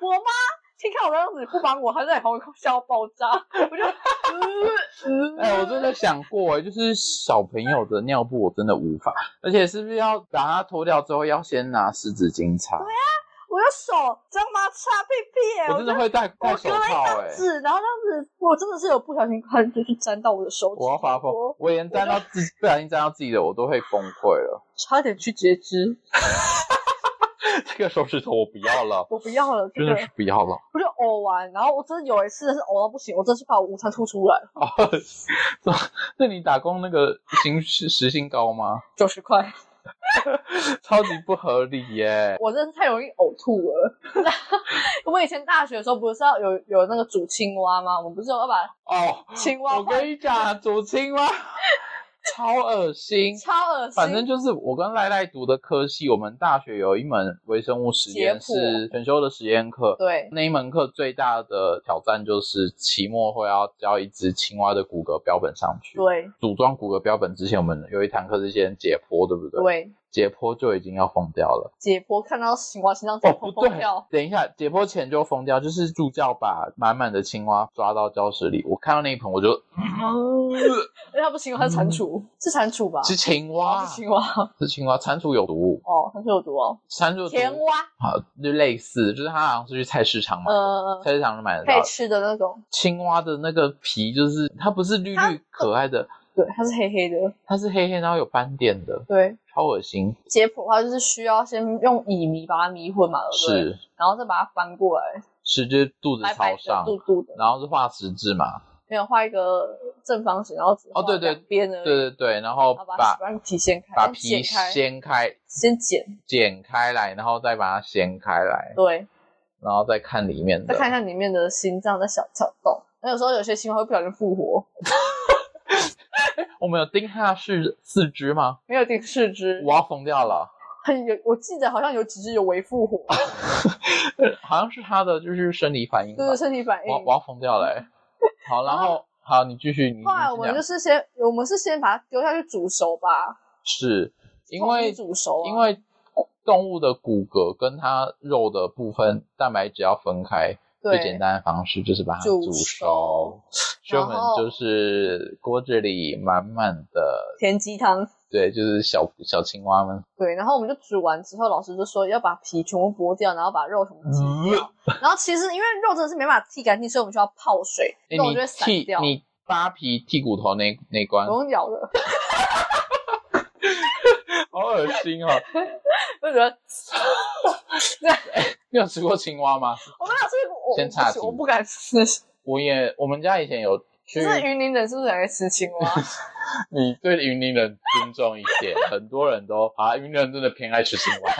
[SPEAKER 2] 我妈。听看我这样子不帮我，她在旁边笑爆炸，我就呃
[SPEAKER 1] 哎、我真的想过、哎，就是小朋友的尿布，我真的无法，而且是不是要把它脱掉之后，要先拿湿纸巾擦？
[SPEAKER 2] 我用手这样吗？擦屁屁、欸，
[SPEAKER 1] 我真的
[SPEAKER 2] 就
[SPEAKER 1] 会戴戴
[SPEAKER 2] 我
[SPEAKER 1] 手
[SPEAKER 2] 割了一
[SPEAKER 1] 套、
[SPEAKER 2] 张
[SPEAKER 1] 哎，
[SPEAKER 2] 纸，然后这样子，我真的是有不小心快就去沾到我的手指，
[SPEAKER 1] 我要发疯
[SPEAKER 2] 我，
[SPEAKER 1] 我连沾到自己，不小心沾到自己的，我都会崩溃了。
[SPEAKER 2] 差点去截肢，
[SPEAKER 1] 这个手指头我不要了，
[SPEAKER 2] 我不要了，这
[SPEAKER 1] 真
[SPEAKER 2] 个
[SPEAKER 1] 的是不要 了。
[SPEAKER 2] 我就呕完，然后我真的有一次是呕到不行，我真的是把我午餐吐出来，
[SPEAKER 1] 哦，那你打工那个薪时时薪高吗？
[SPEAKER 2] 九十块，
[SPEAKER 1] 超级不合理耶！
[SPEAKER 2] 我真的是太容易呕吐了。 我以前大学的时候不是要有有那个煮青蛙吗？我们不是有要把
[SPEAKER 1] 哦，
[SPEAKER 2] 青蛙
[SPEAKER 1] 我跟你讲，煮青 蛙超恶心。
[SPEAKER 2] 超恶心，
[SPEAKER 1] 反正就是我跟赖赖读的科系，我们大学有一门微生物实验
[SPEAKER 2] 解
[SPEAKER 1] 是选修的实验课。
[SPEAKER 2] 对，
[SPEAKER 1] 那一门课最大的挑战就是期末会要交一只青蛙的骨骼标本上去。
[SPEAKER 2] 对
[SPEAKER 1] 组装骨骼标本之前，我们有一堂课是先解剖，对不对？
[SPEAKER 2] 对，
[SPEAKER 1] 解剖就已经要疯掉了。
[SPEAKER 2] 解剖看到青蛙心脏
[SPEAKER 1] 哦，
[SPEAKER 2] 砰
[SPEAKER 1] 不
[SPEAKER 2] 砰
[SPEAKER 1] 对
[SPEAKER 2] 跳，，
[SPEAKER 1] 等一下，解剖前就疯掉，就是助教把满满的青蛙抓到教室里，我看到那一盆我 就
[SPEAKER 2] 因为他不行，他是蟾蜍，是蟾蜍吧？
[SPEAKER 1] 嗯是青
[SPEAKER 2] 哦
[SPEAKER 1] 蛙
[SPEAKER 2] 是，青蛙
[SPEAKER 1] 是青蛙，蟾蜍有毒，
[SPEAKER 2] 哦，他是有毒哦，
[SPEAKER 1] 蟾蜍有毒
[SPEAKER 2] 甜蛙，
[SPEAKER 1] 好，就类似，就是它好像是去菜市场买的，
[SPEAKER 2] 呃，
[SPEAKER 1] 菜市场就买得
[SPEAKER 2] 可
[SPEAKER 1] 到
[SPEAKER 2] 以
[SPEAKER 1] 的。
[SPEAKER 2] 吃的那种，
[SPEAKER 1] 青蛙的那个皮就是它不是绿
[SPEAKER 2] 它
[SPEAKER 1] 绿可爱的，
[SPEAKER 2] 对，它是黑黑的，
[SPEAKER 1] 它是黑黑然后有斑点的，
[SPEAKER 2] 对，
[SPEAKER 1] 超恶心。
[SPEAKER 2] 解剖的话，就是需要先用乙醚把它迷混嘛，对不对？
[SPEAKER 1] 是
[SPEAKER 2] 然后再把它翻过来，
[SPEAKER 1] 是，就是肚子
[SPEAKER 2] 白白
[SPEAKER 1] 朝
[SPEAKER 2] 的、
[SPEAKER 1] 上，
[SPEAKER 2] 肚肚的，
[SPEAKER 1] 然后是画十字嘛，
[SPEAKER 2] 没有画一个正方形，然后只画
[SPEAKER 1] 哦对对
[SPEAKER 2] 两边而已
[SPEAKER 1] 对对对，然后
[SPEAKER 2] 然后把
[SPEAKER 1] 把
[SPEAKER 2] 把皮掀开，
[SPEAKER 1] 把
[SPEAKER 2] 先剪
[SPEAKER 1] 皮
[SPEAKER 2] 开，
[SPEAKER 1] 掀开，
[SPEAKER 2] 先剪，
[SPEAKER 1] 剪开来，然后再把它掀开来，
[SPEAKER 2] 对，
[SPEAKER 1] 然后再看里面的
[SPEAKER 2] 再看一下里面的心脏的小小洞。那有时候有些青蛙会不小心复活，
[SPEAKER 1] 我们有盯它是四肢吗？
[SPEAKER 2] 没有定四肢，
[SPEAKER 1] 我要疯掉了，
[SPEAKER 2] 很有，我记得好像有几只有微复活，
[SPEAKER 1] 好像是它的就是生理反应吧
[SPEAKER 2] 就，是身体反应啊
[SPEAKER 1] 我。我要疯掉了、欸。好，然后好，你继续，你
[SPEAKER 2] 后来
[SPEAKER 1] 你
[SPEAKER 2] 我们
[SPEAKER 1] 讲
[SPEAKER 2] 就是先，我们是先把它丢下去煮熟吧，
[SPEAKER 1] 是因为
[SPEAKER 2] 煮熟啊，
[SPEAKER 1] 因为动物的骨骼跟它肉的部分蛋白质要分开，最
[SPEAKER 2] 对
[SPEAKER 1] 简单的方式就是把它
[SPEAKER 2] 煮
[SPEAKER 1] 煮
[SPEAKER 2] 熟
[SPEAKER 1] 熟。 所以我们
[SPEAKER 2] 然后单
[SPEAKER 1] 就是锅子里满满的，
[SPEAKER 2] 甜鸡汤。
[SPEAKER 1] 对，就是小小青蛙们
[SPEAKER 2] 对，然后我们就煮完之后，老师就说要把皮全部剥掉，然后把肉全部挤掉。然后其实因为肉真的是没办法剔干净，所以我们需要泡水，
[SPEAKER 1] 欸
[SPEAKER 2] 肉
[SPEAKER 1] 你
[SPEAKER 2] 就会散
[SPEAKER 1] 剃
[SPEAKER 2] 掉。哦
[SPEAKER 1] 你扒皮剔骨头那那一关
[SPEAKER 2] 我，用咬的，
[SPEAKER 1] 好恶心哦！
[SPEAKER 2] 我就觉得
[SPEAKER 1] 你有吃过青蛙吗？
[SPEAKER 2] 我没有吃过，我我
[SPEAKER 1] 先
[SPEAKER 2] 不
[SPEAKER 1] 岔
[SPEAKER 2] 吃
[SPEAKER 1] 题
[SPEAKER 2] 我不敢吃。
[SPEAKER 1] 我也，我们家以前有去
[SPEAKER 2] 可。是云林人是不是很爱吃青 蛙？
[SPEAKER 1] 你对云林人尊重一点，很多人都啊，云林人真的偏爱吃青蛙。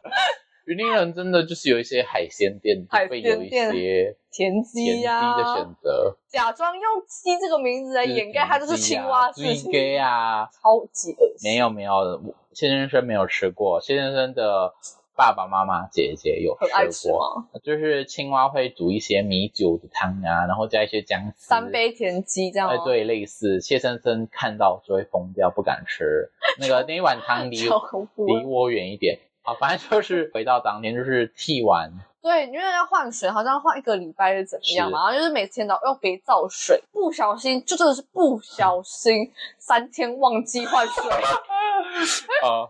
[SPEAKER 1] 云林人真的就是有一些海鲜店
[SPEAKER 2] 海
[SPEAKER 1] 就会有
[SPEAKER 2] 鲜
[SPEAKER 1] 一
[SPEAKER 2] 店
[SPEAKER 1] 些
[SPEAKER 2] 田
[SPEAKER 1] 前
[SPEAKER 2] 鸡
[SPEAKER 1] 期
[SPEAKER 2] 呀、
[SPEAKER 1] 的选择，
[SPEAKER 2] 假装用“鸡”这个名字来掩盖它就是青蛙的事情，
[SPEAKER 1] 鸡啊，
[SPEAKER 2] 超级恶心。
[SPEAKER 1] 没有没有，我谢先生没有吃过，谢先生的爸爸妈妈姐姐有
[SPEAKER 2] 很爱吃
[SPEAKER 1] 过，
[SPEAKER 2] 吗？
[SPEAKER 1] 就是青蛙会煮一些米酒的汤啊，然后加一些姜丝。
[SPEAKER 2] 三杯田鸡这样吗？
[SPEAKER 1] 哎，对，类似谢先生看到就会疯掉，不敢吃。那个那一碗汤离
[SPEAKER 2] 超恐怖
[SPEAKER 1] 离我远一点。啊，反正就是回到当天，就是剃完，
[SPEAKER 2] 对，因为要换水，好像换一个礼拜是怎么样嘛，然后就是每天都要用肥皂水，不小心就真的是不小心，三天忘记换水，
[SPEAKER 1] 呃，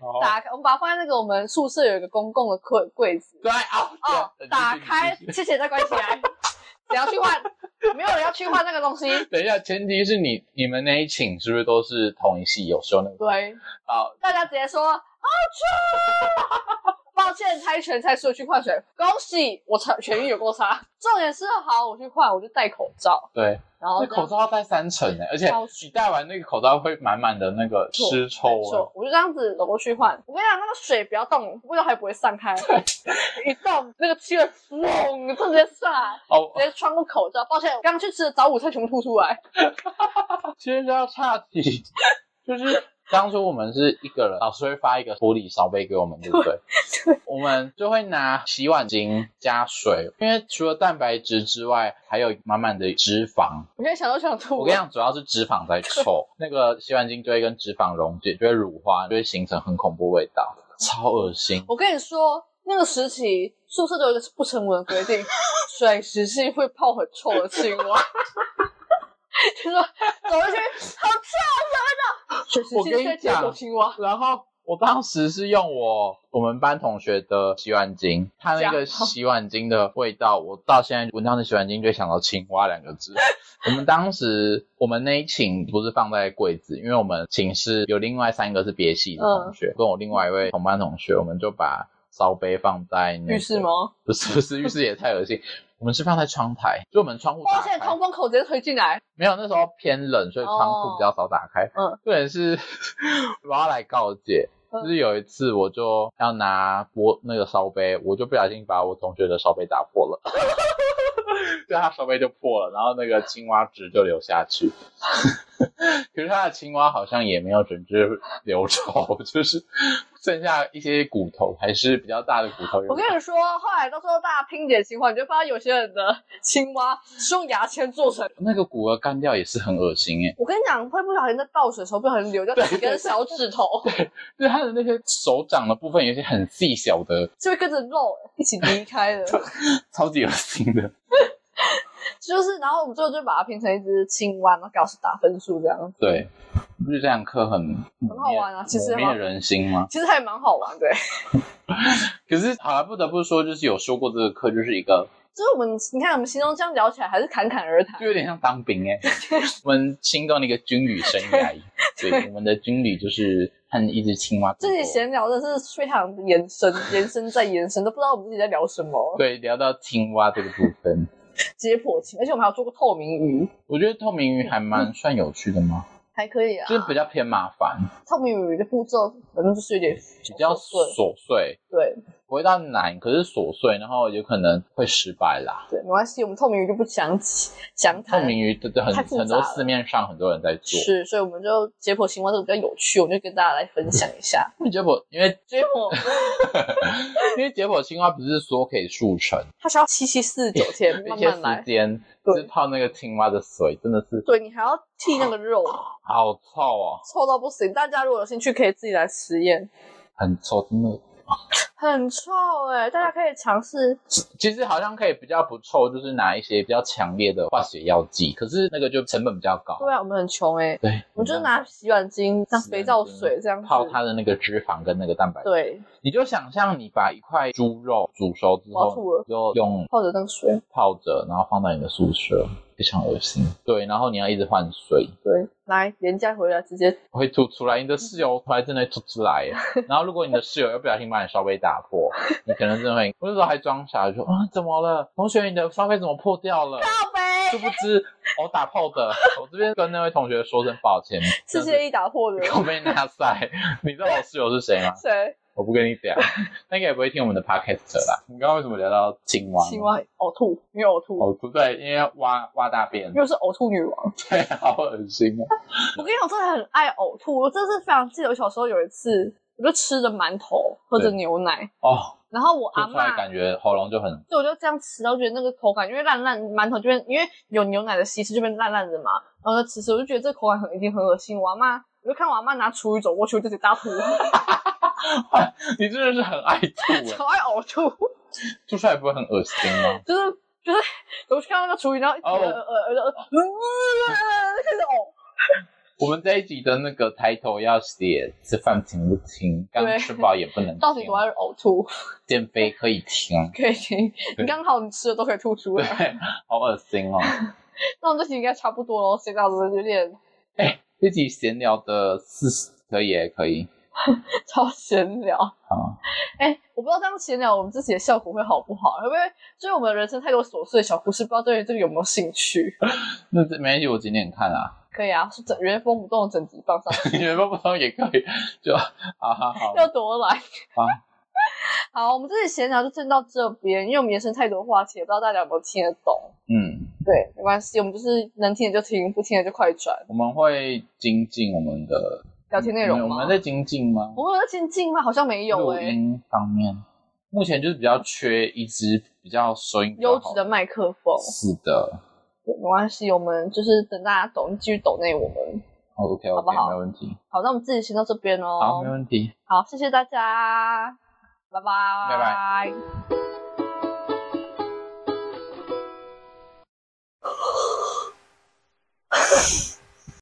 [SPEAKER 1] 好
[SPEAKER 2] 打开我们把它放在那个我们宿舍有一个公共的柜柜子，
[SPEAKER 1] 对啊，
[SPEAKER 2] 哦
[SPEAKER 1] 对，
[SPEAKER 2] 打开，
[SPEAKER 1] 继续继续
[SPEAKER 2] 谢谢，再关起来， 你要去换，没有人要去换那个东西，
[SPEAKER 1] 等一下，前提是你你们那一寝是不是都是同一系有修那个？
[SPEAKER 2] 对，
[SPEAKER 1] 好，
[SPEAKER 2] 大家直接说好臭。抱歉，猜拳猜输了去换水，恭喜我痊痊愈有够差。重点是好，我去换，我就戴口罩，
[SPEAKER 1] 对，
[SPEAKER 2] 然后
[SPEAKER 1] 那
[SPEAKER 2] 这样
[SPEAKER 1] 口罩要戴三层欸呢，而且
[SPEAKER 2] 超
[SPEAKER 1] 你戴完那个口罩会满满的那个尸臭啊味。
[SPEAKER 2] 我就这样子搂过去换。我跟你讲，那个水不要动，味道还不会散开。一动，那个气味嗡，直接上来，
[SPEAKER 1] 哦
[SPEAKER 2] 直，接穿过口罩。抱歉，刚去吃的早午餐全部吐出来。
[SPEAKER 1] 哦其实要岔题， 就是当初我们是一个人，老师会发一个玻璃烧杯给我们，对不对？
[SPEAKER 2] 对
[SPEAKER 1] 我们就会拿洗碗巾加水，因为除了蛋白质之外，还有满满的脂肪。
[SPEAKER 2] 我现在想都想吐。
[SPEAKER 1] 我跟你，讲，主要是脂肪 在臭，那个洗碗巾就会跟脂肪溶解，就会乳化，就会形成很恐怖味道，超恶心。
[SPEAKER 2] 我跟你说，那个时期宿舍都有一个不成文的规定，水时期会泡很臭的青蛙。 就说走过去，好漂亮啊！谁谁
[SPEAKER 1] 我跟
[SPEAKER 2] 谁
[SPEAKER 1] 你
[SPEAKER 2] 在接
[SPEAKER 1] 讲
[SPEAKER 2] 走青蛙？
[SPEAKER 1] 然后我当时是用我我们班同学的洗碗巾，它那个
[SPEAKER 2] 假
[SPEAKER 1] 洗碗巾的味道，我到现在闻到那洗碗巾就会想到青蛙两个 字。我们当时我们那一寝不是放在柜子，因为我们寝室有另外三个是别系的
[SPEAKER 2] 嗯
[SPEAKER 1] 同学，跟我另外一位同班同学，我们就把烧杯放在那个
[SPEAKER 2] 浴室？吗？
[SPEAKER 1] 不是不是，浴室也太恶心。我们是放在窗台，就我们窗户
[SPEAKER 2] 哇！
[SPEAKER 1] 打
[SPEAKER 2] 现在
[SPEAKER 1] 开，
[SPEAKER 2] 通风口直接推进来，
[SPEAKER 1] 没有，那时候偏冷，所以窗户比较少打开。
[SPEAKER 2] 哦嗯，
[SPEAKER 1] 重点是我要来告诫，
[SPEAKER 2] 嗯
[SPEAKER 1] 就是有一次我就要拿锅那个烧杯，我就不小心把我同学的烧杯打破了， 对，他烧杯就破了，然后那个青蛙汁就流下去。 可是他的青蛙好像也没有整只流走， 就是剩下一些骨头，还是比较大的骨头有。
[SPEAKER 2] 我跟你说，后来到时候大家拼点青蛙，你就发现有些人的青蛙是用牙签做成。
[SPEAKER 1] 那个骨骼干掉也是很恶心诶、
[SPEAKER 2] 我跟你讲，会不小心在倒水的时候不小心流掉
[SPEAKER 1] 对
[SPEAKER 2] 几根小指头，
[SPEAKER 1] 就是它的那些手掌的部分有一些很细小的，
[SPEAKER 2] 就会跟着肉一起离开的。
[SPEAKER 1] 超级恶心的。
[SPEAKER 2] 就是，然后我们最后就把它拼成一只青蛙，然后给老师打分数这样。
[SPEAKER 1] 对，不是这样课很
[SPEAKER 2] 很好玩啊其实
[SPEAKER 1] 磨
[SPEAKER 2] 很好
[SPEAKER 1] 灭人心吗？
[SPEAKER 2] 其实还蛮好玩的，欸
[SPEAKER 1] 可是好了，不得不说，就是有修过这个课，就是一个
[SPEAKER 2] 就是我们你看我们心中这样聊起来还是侃侃而谈
[SPEAKER 1] 就，有点像当兵 哎、我们心中的一个军旅生涯，对，我们的军旅就是和一只青蛙。
[SPEAKER 2] 自己。闲聊的是非常延伸、延伸再延伸，都不知道我们自己在聊什么。
[SPEAKER 1] 对，聊到青蛙这个部分，
[SPEAKER 2] 解剖情，而且我们还有做过透明鱼，
[SPEAKER 1] 我觉得透明鱼还蛮算有趣的嘛，
[SPEAKER 2] 还可以啊。
[SPEAKER 1] 就是比较偏麻烦，
[SPEAKER 2] 透明鱼的步骤反正就是有点
[SPEAKER 1] 比较
[SPEAKER 2] 顺，
[SPEAKER 1] 琐碎，
[SPEAKER 2] 对
[SPEAKER 1] 不会到难，可是琐碎，然后有可能会失败啦。
[SPEAKER 2] 对，没关系，我们透明鱼就不详细详
[SPEAKER 1] 透
[SPEAKER 2] 谈。
[SPEAKER 1] 明鱼的很
[SPEAKER 2] 太复杂
[SPEAKER 1] 很多
[SPEAKER 2] 了
[SPEAKER 1] 市面上很多人在做，
[SPEAKER 2] 是，所以我们就解剖青蛙这个比较有趣，我们就跟大家来分享一下
[SPEAKER 1] 因为结果因为
[SPEAKER 2] 解剖。
[SPEAKER 1] 因为解剖青蛙不是说可以速成，
[SPEAKER 2] 它需要七七四十九 天
[SPEAKER 1] 一
[SPEAKER 2] 慢
[SPEAKER 1] 些
[SPEAKER 2] 慢
[SPEAKER 1] 时
[SPEAKER 2] 来，
[SPEAKER 1] 间
[SPEAKER 2] 对
[SPEAKER 1] 就是泡那个青蛙的水真的是
[SPEAKER 2] 对你还要剔那个肉，
[SPEAKER 1] 好臭哦，
[SPEAKER 2] 臭到不行。大家如果有兴趣，可以自己来实验，
[SPEAKER 1] 很臭，真的。
[SPEAKER 2] 很臭哎、大家可以尝试。
[SPEAKER 1] 其实好像可以比较不臭，就是拿一些比较强烈的化学药剂，可是那个就成本比较高。
[SPEAKER 2] 对啊，我们很穷哎、
[SPEAKER 1] 对，
[SPEAKER 2] 我们就是拿洗碗巾、像肥皂水这样子
[SPEAKER 1] 嗯泡它的那个脂肪跟那个蛋白质。
[SPEAKER 2] 对，
[SPEAKER 1] 你就想象你把一块猪肉煮熟之
[SPEAKER 2] 我要吐
[SPEAKER 1] 后
[SPEAKER 2] 了，
[SPEAKER 1] 就用
[SPEAKER 2] 泡着那个水，
[SPEAKER 1] 泡着，然后放到你的宿舍，非常恶心。对，然后你要一直换水，
[SPEAKER 2] 对，来廉价回来直接
[SPEAKER 1] 会吐出来，你的室友突然真的吐出来耶。然后如果你的室友又不小心把你烧杯打破，你可能真的会，我那时候还装傻，就说啊怎么了，同学你的烧杯怎么破掉了？
[SPEAKER 2] 倒
[SPEAKER 1] 殊
[SPEAKER 2] 杯，
[SPEAKER 1] 不知我打破的，我这边跟那位同学说声抱歉，
[SPEAKER 2] 世
[SPEAKER 1] 真的
[SPEAKER 2] 界一打破的
[SPEAKER 1] 是。我被纳赛， 你知道我室友是谁吗？
[SPEAKER 2] 谁？
[SPEAKER 1] 我不跟你讲，那个也不会听我们的 podcast 啦。你刚刚为什么聊到青蛙？
[SPEAKER 2] 青？蛙呕吐，因为呕吐，
[SPEAKER 1] 哦，不对，因为挖挖大便
[SPEAKER 2] 因，为我是呕吐女王。
[SPEAKER 1] 对，好恶心哦。
[SPEAKER 2] 我跟你讲，我真的很爱呕吐，我真的是非常记得我小时候有一次，我就吃着馒头，喝着
[SPEAKER 1] 对
[SPEAKER 2] 牛奶，
[SPEAKER 1] 哦，
[SPEAKER 2] 然后我阿
[SPEAKER 1] 吐出来
[SPEAKER 2] 嬷。
[SPEAKER 1] 感觉喉咙就很
[SPEAKER 2] 所以我就这样吃，然后觉得那个口感，因为烂烂馒头就变，因为有牛奶的稀释就变烂烂的嘛，然后就吃吃，我就觉得这口感很一定很恶心。我阿妈，我就看我阿妈拿厨余走过去，我就直接大吐，
[SPEAKER 1] 你真的是很爱吐哎，
[SPEAKER 2] 超爱呕吐，
[SPEAKER 1] 吐出来不会很恶心 吗？
[SPEAKER 2] 就是就是，我去看到那个厨余，然后一直
[SPEAKER 1] 哦
[SPEAKER 2] 呃呃呃呃，呃开始呕，
[SPEAKER 1] 我们这一集的那个抬头要写吃饭停不停，刚
[SPEAKER 2] 对
[SPEAKER 1] 吃饱也不能停，
[SPEAKER 2] 到底多爱呕吐？。
[SPEAKER 1] 减肥可以停
[SPEAKER 2] 可以停，
[SPEAKER 1] 对
[SPEAKER 2] 你刚好你吃的都可以吐出
[SPEAKER 1] 对
[SPEAKER 2] 来，，
[SPEAKER 1] 好恶心哦！
[SPEAKER 2] 那我们这题应该差不多咯，谁知道真的有点
[SPEAKER 1] 这集闲聊的四十可以耶可以
[SPEAKER 2] 超闲聊。
[SPEAKER 1] 啊，
[SPEAKER 2] 哎、我不知道这样闲聊我们自己的效果会好不好，会不会就是我们人生太多琐碎的小故事，不知道对于这个有没有兴趣？
[SPEAKER 1] 那这没关系，我几点看啊？
[SPEAKER 2] 可以啊，是整原封不动的整集放上，
[SPEAKER 1] 你们不通也可以，就好好好，
[SPEAKER 2] 要多来。
[SPEAKER 1] 好，
[SPEAKER 2] 好，我们这集闲聊就先到这边，因为我们延伸太多话题，也不知道大家有没有听得懂。
[SPEAKER 1] 嗯，
[SPEAKER 2] 对，没关系，我们就是能听的就听，不听的就快转。
[SPEAKER 1] 我们会精进我们的
[SPEAKER 2] 聊天内容
[SPEAKER 1] 嗯我
[SPEAKER 2] 吗
[SPEAKER 1] 们？在精进吗？
[SPEAKER 2] 我们有在前进吗？好像没有
[SPEAKER 1] 录
[SPEAKER 2] 哎、
[SPEAKER 1] 音方面，目前就是比较缺一支比较收音比较
[SPEAKER 2] 优
[SPEAKER 1] 好
[SPEAKER 2] 质的麦克风，
[SPEAKER 1] 是的
[SPEAKER 2] 对没关系，我们就是等大家懂，继续抖内我们。
[SPEAKER 1] ，OK
[SPEAKER 2] 好
[SPEAKER 1] OK，
[SPEAKER 2] 不好
[SPEAKER 1] 哦没问题，
[SPEAKER 2] 好，那我们自己先到这边哦。
[SPEAKER 1] 好，没问题。
[SPEAKER 2] 好，谢谢大家，拜拜，
[SPEAKER 1] 拜
[SPEAKER 2] 拜。